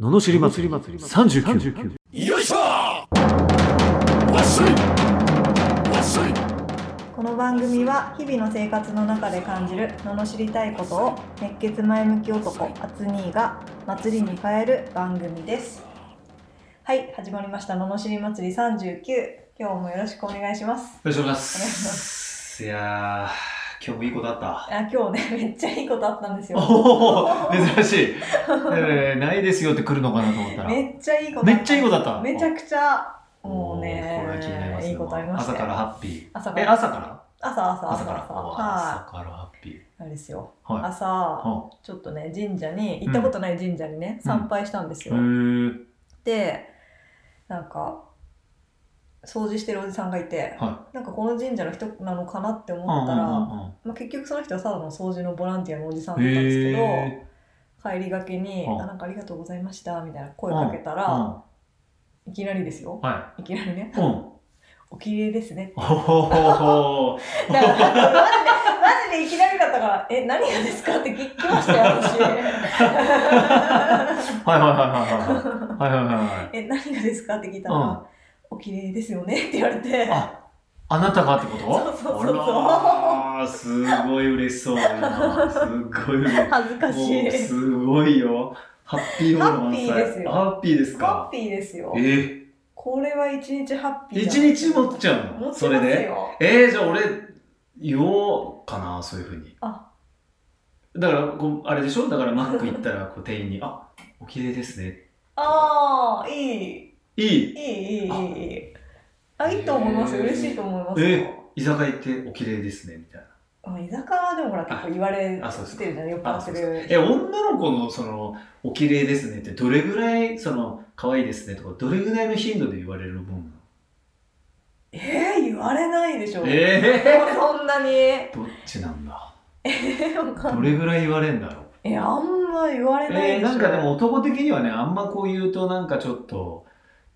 ののしり祭り39よいしょわっしょいわっしょいこの番組は日々の生活の中で感じる罵りたいことを熱血前向き男アツニーが祭りに変える番組ですはい始まりました罵り祭り39今日もよろしくお願いしますよろしくお願いしま。お願いしますいやー、今日もいいことあった。あ今日ね めっちゃいいことあったんですよおー珍しい、えーないですよって来るのかなと思ったら。めっちゃいいことめっちゃいいことあっためちゃくちゃもうおーこれは気になりまねすねいいことありまし朝たよからハッピ朝ー。え、から朝から朝朝朝朝から。朝おーは朝からハッピー。いあれですよはい。朝はちょっとね神社に行ったことない神社にね、うん参拝したんですいよ、へー。でなんか掃除してるおじさんがいてはなんかこの神社の人なのかなってい。思ったら、うんうんうんまあ、結局その人はただの掃除のボランティアのおじさんだったんですけど、へ帰りがけに「うんあなんかありがとうございました」みたいな声かけたら、ー。いきなりですようん。はいきなりねい。うん。 「おきれいですねおほほほって」だからマジでマジでいきなりだったから「え何がですか?」って聞きましたよ 私はいはいはいはいはい。はいはいはいはい。え何がですか?」って聞いたら「うんおきれいですよね」って言われてあ、あなたがってことそうそうそうそうあらー、すごい嬉しそう。今すっごい嬉しい。恥ずかしもうい。すごいよ。ハッピーホルマンハッピーですよハッピーですハッか。ピーですよえ。ーこれは一日ハッピー一だ日持っちゃう持のちそれますで。よ。えー、じゃあ俺、言おうかな、そういうふうに。あだからこう、あれでしょだからマック行ったら、こう、店員に、あ、お綺麗ですね。ああ、いい、いい。いい、いい、いあいいい。あ、いいと思いますよ。へー嬉しいと思いますよ。えー、居酒屋行って、お綺麗ですね、みたいな。あ居酒屋でもほら、結構言われああそうですてるじゃん、酔っ払ってる。え、女の子の、その、お綺麗ですねって、どれぐらい、その、可愛いですねとか、どれぐらいの頻度で言われるもんえー、言われないでしょ。なのえそんなに。えー、どっちなんだー、わかんどないれぐらい言われるんだろうえ、あんま言われないでえしーょ。なんかでも男的にはねあんまこう言うとなんかちょっと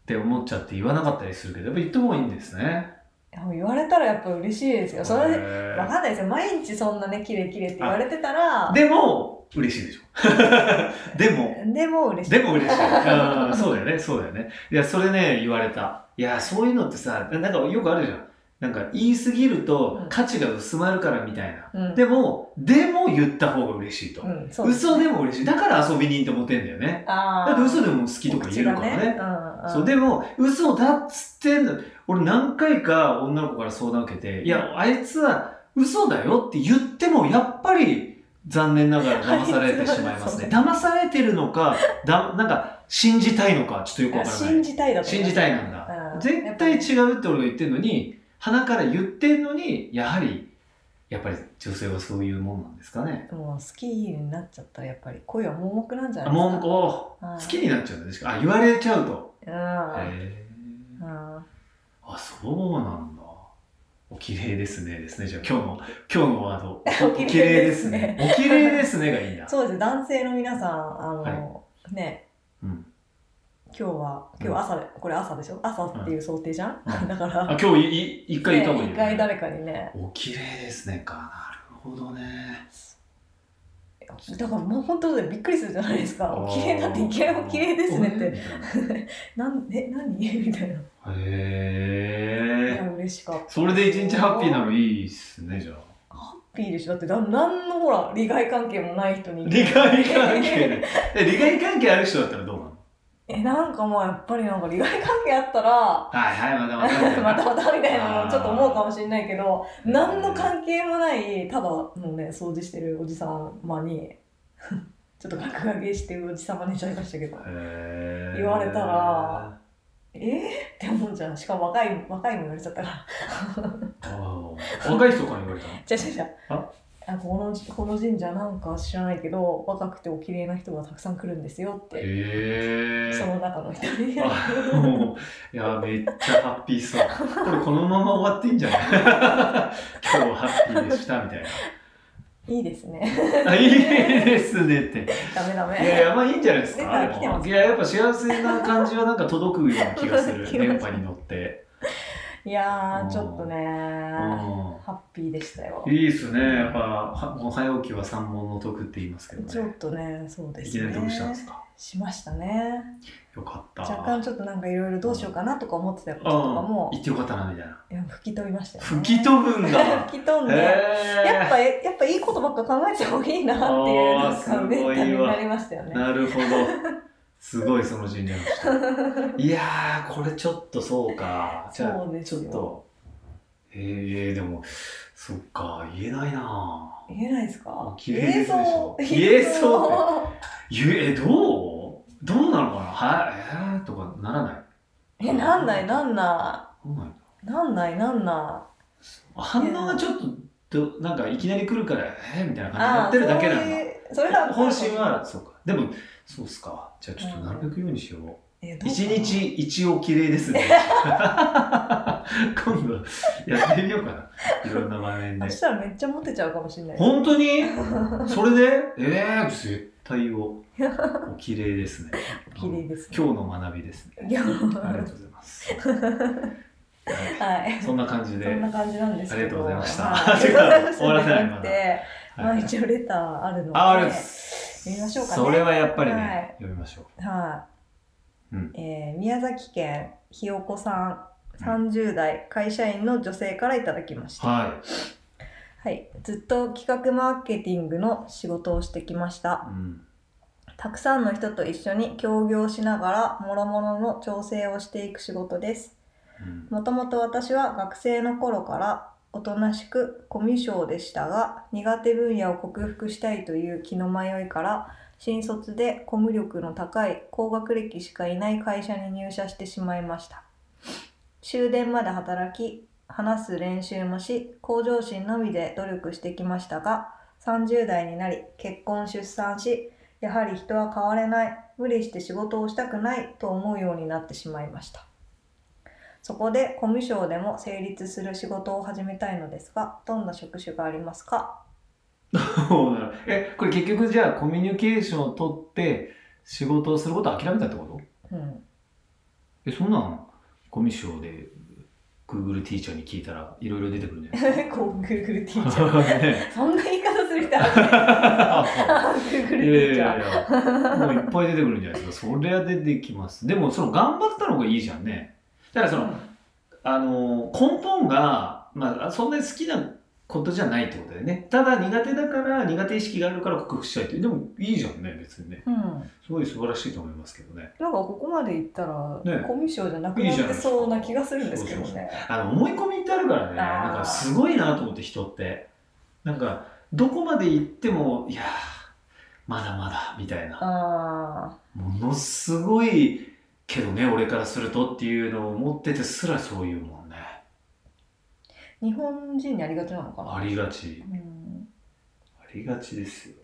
って思っちゃって言わなかったりするけどやっぱ言った方がいいんですねでも言われたらやっぱ嬉しいですよ。それで、へーわかんないですよ。毎日そんなね、綺麗綺麗って言われてたら、でも嬉しいでしょ でもでも嬉しい。でも 嬉しいうんそうだよねそうだよねいやそれね言われたいやそういうのってさなんかよくあるじゃんなんか言い過ぎるとうん価値が薄まるからみたいな、うん、でもでも言った方が嬉しいと、うん、そうです嘘でも嬉しいだから遊び人って思ってんだよねあだって嘘ででも好きとか言えるからねうんうん、そうでも嘘だっつってんの俺何回か女の子から相談受けて「いやあいつは嘘だよ」って言ってもやっぱり残念ながら騙されてしまい ますね騙されてるのかだなんか信じたいのかちょっとよくわからない信じたいだと思信うじたいなんだ、うん絶対違うって俺が言ってるのに鼻から言ってんのにやはりやっぱり女性はそういうもんなんですかねもう好きになっちゃったらやっぱり恋は盲目なんじゃないですかもうこうんう好きになっちゃうんだねしかあ言われちゃうとうんへーうんあ、そうなんだ。お綺麗ですねですね。じゃあ今日の、今日のワード。お綺麗ですね。お綺麗ですねがいいな。 そうです男性の皆さんあの、はねうん、今日は今日朝、これ朝でしょ朝っていう想定じゃん、うん だから、あ、今日いい一回言った方がいいね一よ、回ね。誰かにねお綺麗ですねか。なるほどね。だからもう本当にびっくりするじゃないですかお綺麗だっていきなりお綺麗ですねっお綺麗てみたいななんえ何みたいなへいえ。や嬉しかったそれで一日ハッピーなのいいっすね、じゃあ。ピーでしょだってだ何のほら利害関係もない人に利害関 係え、利害関係ある人だったらどうなのえなんかまあやっぱりなんか利害関係あっ たらはいはい、またまたみたいな ま たまたみたいなのをちょっと思うかもしれないけど何の関係もないただのね掃除してるおじさまに ちょっと格上げしてるおじさまにしちゃいましたけどへー言われたらえー、って思うじゃんしかも若い若いも言われちゃったからあ ー若い人から言われたのじゃじゃじゃああこのこの神社なんか知らないけど若くてお綺麗な人がたくさん来るんですよってへそえ。の中の一人にあもういやめっちゃハッピーそう。これこのまま終わっていいんじゃ ない？今日ハッピーでしたみたい いいですねな。あいいですねって。ダメダメいやいやまあいいんじゃないですか。レター来てますいややっぱ幸せな感じはなんか届くような気がする。気がする電波に乗って。いやー、ちょっとね、んハッピーでしたよい。いですね。やっぱ、はもう早起きは三問の得って言いますけどちょねっ。とね、そうでいすきなねり。得したんですか。しましたね。よかった。若干ちょっとなんかいろいろどうしようかなとか思ってたこととかうんも、言ってよかったな、みたいな。いや吹き飛びましたよ、ね。吹き飛ぶんだ。吹き飛んで、へーやっぱえやっぱいいことばっか考えた方がいいなっていうあーなんかメすンごいタわルになりましたよね。なる ほど。すごいその人類の人。いやー、これちょっとそうか。じゃそうあ、ですちよょっと。えー、でも、そっか、言えないな 言えないですか綺麗ですでしょ言言ええそう。そ言え、どうどうなのかなはい、えーとかならない。 え、なんないなんなどうなんだい。なんないなんな。反応がちょっと、どなんかいきなり来るから、えーみたいない感じになってるだけなんだ。あーそういうそれは本心は、そうか。でも、そうっすか。じゃあちょっとなるべくようにしよう。えどうか一な日一おきれいですね。今度やってみようかな。いろんな場面そで。したらめっちゃモテちゃうかもしれない。本当にそれでえー、絶対を。おきれいですね。綺麗です、ね。今日の学びですね。いやありがとうございます。はいはい。そんな感じそんで。な感じなんですけど。ありがとうございましたはいてか 終わらせないまだでまあはい一応レターあるので。あありがとうございます。読みましょうかねそれはやっぱりはいね、読みましょう。はい、うんえー宮崎県ひよこさん30代会社員の女性からいただきました、はい。はい、ずっと企画マーケティングの仕事をしてきましたうん。たくさんの人と一緒に協業しながらもろもろの調整をしていく仕事ですうんもともと私は学生の頃からおとなしくコミュ障でしたが苦手分野を克服したいという気の迷いから新卒でコミュ力の高い高学歴しかいない会社に入社してしまいました終電まで働き話す練習もし向上心のみで努力してきましたが30代になり結婚出産しやはり人は変われない無理して仕事をしたくないと思うようになってしまいましたそこでコミュ障でも成立する仕事を始めたいのですがどんな職種がありますかそうなのえ、これ結局じゃあコミュニケーションを取って仕事をすることを諦めたってことうんえそんなんコミュ障で Google ティーチャーに聞いたらいろいろ出てくるんじゃないで こう Google ティーすチャーかね そんな言い方する人は Google テいやィーいチャやーいやもういっぱい出てくるんじゃないですかそりゃ出てきますでもその頑張ったのがいいじゃんねだからその、あの根本が、まあ、そんなに好きなことじゃないってことだよねただ苦手だから苦手意識があるから克服したいってでもいいじゃんね別にねうんすごい素晴らしいと思いますけどねなんかここまで行ったら、ねコミュ障じゃなくいないっじゃないてですかそうな気がするんですけどそうそね。あの思い込みってあるからねあーなんかすごいなと思って人ってなんかどこまで行ってもいやーまだまだみたいなあものすごいけどね俺からするとっていうのを思っててすらそういうもんねー日本人にありがちなのかな。ありがちうんありがちですよ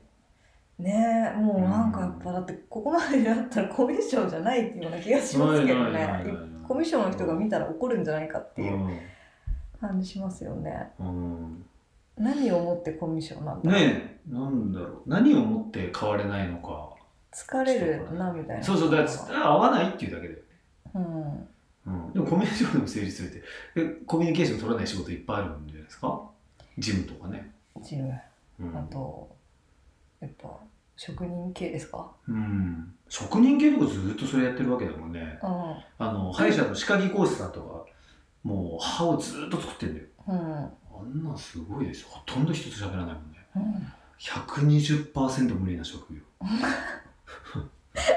ねえもうなんかやっぱだってここまでだったらコミュ障じゃないっていうような気がしますけどないないないないねコミュ障の人が見たら怒るんじゃないかってう、いうん感じしますよねうん、何をもってコミュ障なんだろう、ねえなんだろう何をもって変われないのか疲れるなみたいなそうそうだから合わないっていうだけでうんうんでもコミュニケーションでも成立するってえコミュニケーション取らない仕事いっぱいあるんじゃないですかジムとかね、自分うあんとやっぱ職人系ですかうん、職人系とかずっとそれやってるわけだもんねうんあの歯医者の歯科技工士さんとかもう歯をずっと作ってんだようん、あんなんすごいですよほとんど一つ喋らないもんねうん120%無理な職業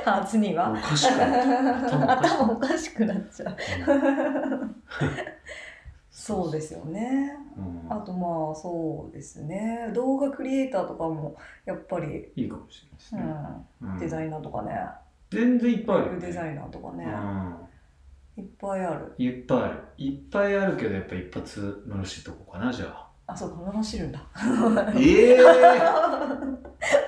あ次おはかしくない頭頭おおかしくなっちゃう うんそうですよねうんあとまあそうですね動画クリエイターとかもやっぱり、いいかもしれないですうね、ん、うんデザイナーとかね全然いっぱいあるよウェねブデザイナーとかね、うんいっぱいあるいっぱいあるいっぱいあるけどやっぱ一発のろしいとこかなじゃああそうか物知るんだええ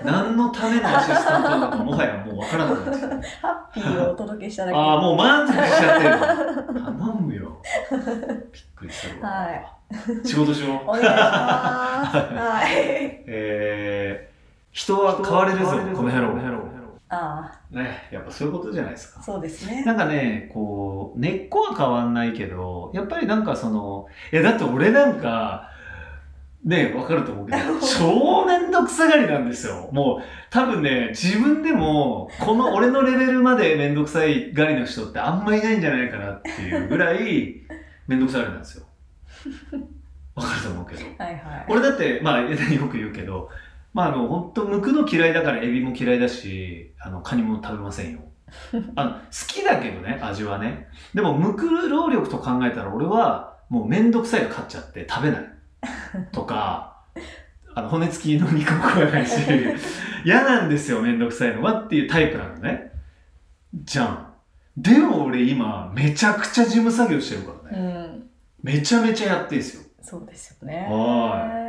何のためのアシスタントなのかもはやもう分からなくなってき た ハッピーをお届けしただけああもう満足しちゃってる頼むよびっくりするわ、は仕事しよおう願いします はいえー、人は変われるぞこの野郎あね、やっぱそういうことじゃないですあか。そうですねなんかね、こう、根っこは変わんないけど、やっぱりなんかその、いやだって俺なんか、ね、わかると思うけ ど、超めんどくさがりなんですよ。もう、多分ね、自分でも、この俺のレベルまでめんどくさいがりの人ってあんまいないんじゃないかなっていうぐらい、めんどくさがりなん ですよ。わかると思うけど。はいはい俺だって、まあ、 よく言うけど、まあ、あの、本当剥くの嫌いだから、エビも嫌いだし、あの、カニも食べません よ。あの、好きだけどね、味はね。でも、剥く労力と考えたら、俺は、もうめんどくさいが勝っちゃって、食べ ない。とか、あの、骨付きの肉も食わない し、嫌なんですよ、めんどくさいのはっていうタイプなのね。じゃん。でも俺今、めちゃくちゃ事務作業してるからうね。んめちゃめちゃやってんすよ。そうですよねは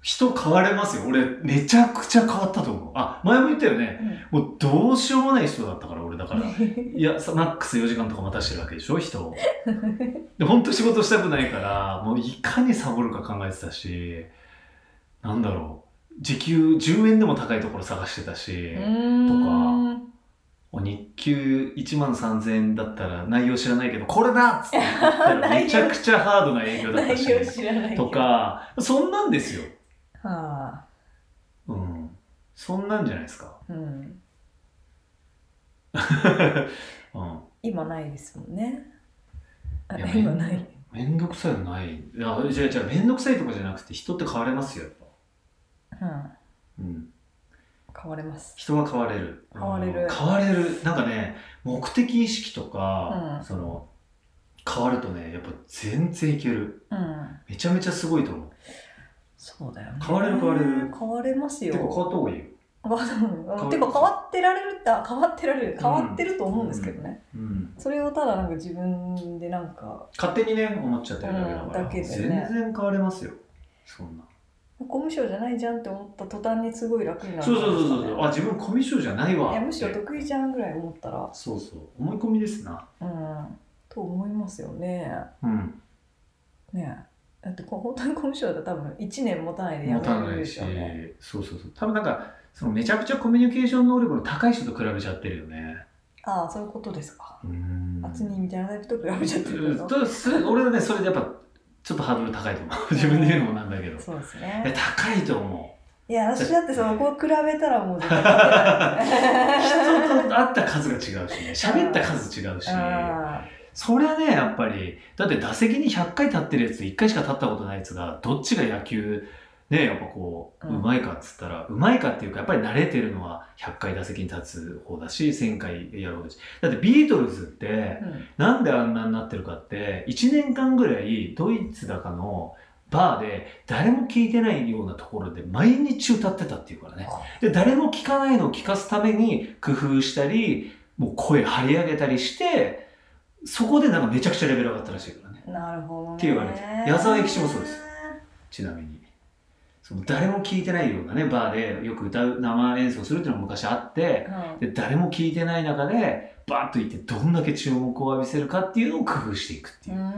人変われますよ。俺、めちゃくちゃ変わったと思う。あ、前も言ったよね。もうどうしようもない人だったから、俺だから。いや、さマックス4時間とか待たしてるわけでしょ、人を。で、ほんと仕事したくないから、もういかにサボるか考えてたし、なんだろう。時給10円でも高いところ探してたし、うんとかもう日給1万3000円だったら内容知らないけど、これだっつって言ったらめちゃくちゃハードな営業だった内し、容知らないけどとか、そんなんですよ。はあうん。そんなんじゃないですか。うんうん。今ないですもんねあいや今ないめんどくさいのない。いや、じゃあ、じゃあ、めんどくさいとかじゃなくて、人って変われますよ、やっぱ。うんうん。変われます人は変われる。変われるうん変われる。なんかね、目的意識とか、うんその、変わるとね、やっぱ全然いける。うんめちゃめちゃすごいと思う。そうだよね変われる変われる変われますてよか、変わった方がいいよ。わうんわてか変わってられるってあ変わってられる変わってると思うんですけどね、うん。それをただなんか自分でなんか勝手にね、思っちゃってるだけだから。うんだけでね全然変われますよ。そんな。公務省じゃないじゃんって思った途端にすごい楽になるそうそうそうそうそう。あ、自分コミュ障じゃないわ。いやむしろ得意じゃんぐらい思ったらそうそう。思い込みですな。うんと思いますよねうん。ねだってこう本当に公務省だったら多分1年持たないで持たやめなるいでししょうね、そうそうそう。多分なんか、そのめちゃくちゃコミュニケーション能力の高い人と比べちゃってるよね。ああそういうことですかうーん。厚みみたいなタイプと比べちゃってうるんのとす俺はね、それでやっぱ、ちょっとハードル高いと思 う。自分で言うのもなんだけど。いそうですやね高いと思う。いや私だってそこを比べたらもう絶対勝てない人と会った数が違うしね、喋った数違うし、ああそりゃね、やっぱり、だって打席に100回立ってるやつと1回しか立ったことないやつが、どっちが野球、ね、やっぱこう、ううんまいかっつったら、うまいかっていうか、やっぱり慣れてるのは100回打席に立つ方だし、1000回やる方だし。だってビートルズって、うんなんであんなになってるかって、1年間ぐらいドイツだかのバーで、誰も聞いてないようなところで毎日歌ってたっていうからね。で、誰も聞かないのを聞かすために工夫したり、もう声張り上げたりして、そこでなんかめちゃくちゃレベル上がったらしいからね。なるほどね。っていうわけです矢沢永吉もそうです。ちなみに。その誰も聞いてないようなね、バーでよく歌う、生演奏するっていうのが昔あって、うん、で誰も聞いてない中でバーッと行ってどんだけ注目を浴びせるかっていうのを工夫していくっていうう、ー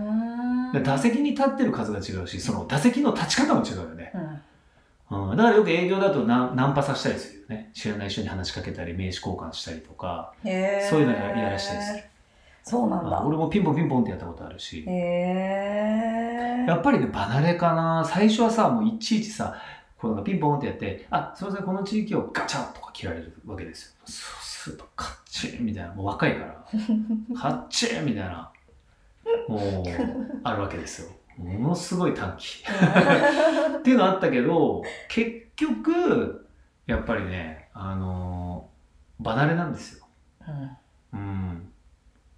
んで打席に立ってる数が違うしその打席の立ち方も違うよね、うんうん、だからよく営業だとナンナンパさせたりするよね知らない人に話しかけたり名刺交換したりとかへーそういうのやらしたりするそうなんあだ。俺もピンポンピンポンってやったことあるしへえ。やっぱりね離れかな最初はさもういちいちさこうなんかピンポンってやって「あすいませんこの地域をガチャッ」とか切られるわけですよそうするとカッチーンみたいなもう若い からカッチーンみたいなもうあるわけですよものすごい短期っていうのあったけど結局やっぱりねあのー離れなんですようんうん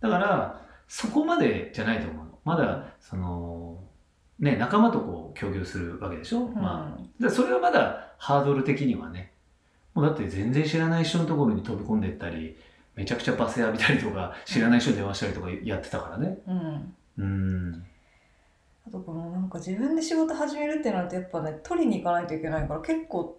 だからそこまでじゃないと思うのまだそのね仲間とこう協業するわけでしょ、うんまあだからそれはまだハードル的にはねもうだって全然知らない人のところに飛び込んでったりめちゃくちゃ罵声浴びたりとか知らない人に電話したりとかやってたからねうん。うんあとこのなんか自分で仕事始めるってなるとやっぱね取りに行かないといけないから結構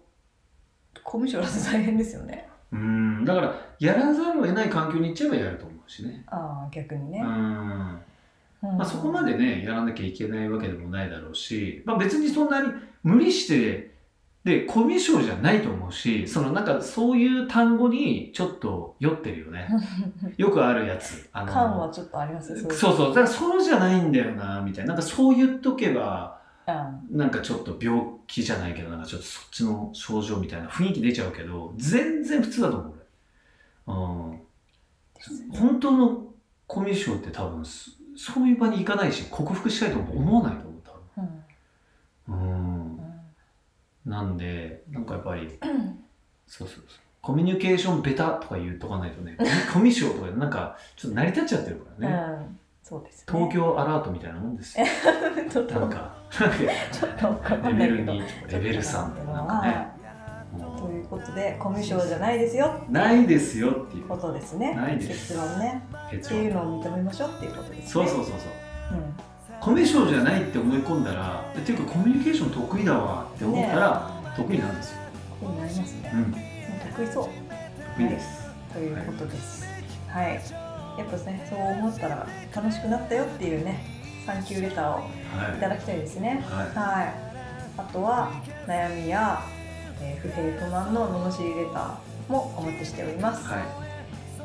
コミュ障だと大変ですよね。うんだからやらざるを得ない環境に行っちゃえばやると思うしねああ逆にうね。んうんまあ、そこまでねやらなきゃいけないわけでもないだろうし、まあ、別にそんなに無理してで、コミュ障じゃないと思うし、そのなんかそういう単語にちょっと酔ってるよ ね。よくあるやつ。あの感はちょっとありますねそういうそう、だからそうじゃないんだよな、みたいな。なんかそう言っとけば、あなんかちょっと病気じゃないけど、なんかちょっとそっちの症状みたいな雰囲気出ちゃうけど、全然普通だと思う俺。うん。本当のコミュ障って多分、そそういう場に行かないし、克服したいとも思わないと思う、多ーうん分。うんう。んなんで、なんかやっぱり、そうそうそう。コミュニケーションベタとか言っとかないとね、コミュ障とかなんかちょっと成り立っちゃってるからね。うんそうです、ね、東京アラートみたいなもんですよ。京 ちょっとなんか、なんかちょっとわかんなレいベけルど2とかレベル3とかなんかね。もということでコミュ障じゃないですようないですよっていうこ。とですねないです結論ねっ結ていう論。のを認めましょうっていうことですねそうそううそうそう。んコミュ障じゃないって思い込んだら、っていうかコミュニケーション得意だわって思ったら、得意なんですよ。こうなりますねうん、得意そう得意です。ということですはい、やっぱねそう思ったら楽しくなったよっていうねサンキューレターをいはただきたいですい。ねはい。はいあとは悩みや、えー不平不満の罵りレターもお待ちしております、は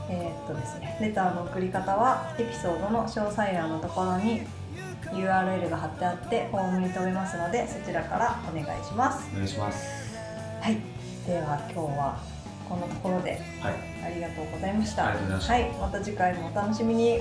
えーっとですね、レターの送り方はエピソードの詳細欄のところに URL が貼ってあってホームに飛べますのでそちらからお願いしますい。お願いします。はいでは今日はこのところではい。ありがとうございましたありがとうございましたはい、また次回もお楽しみに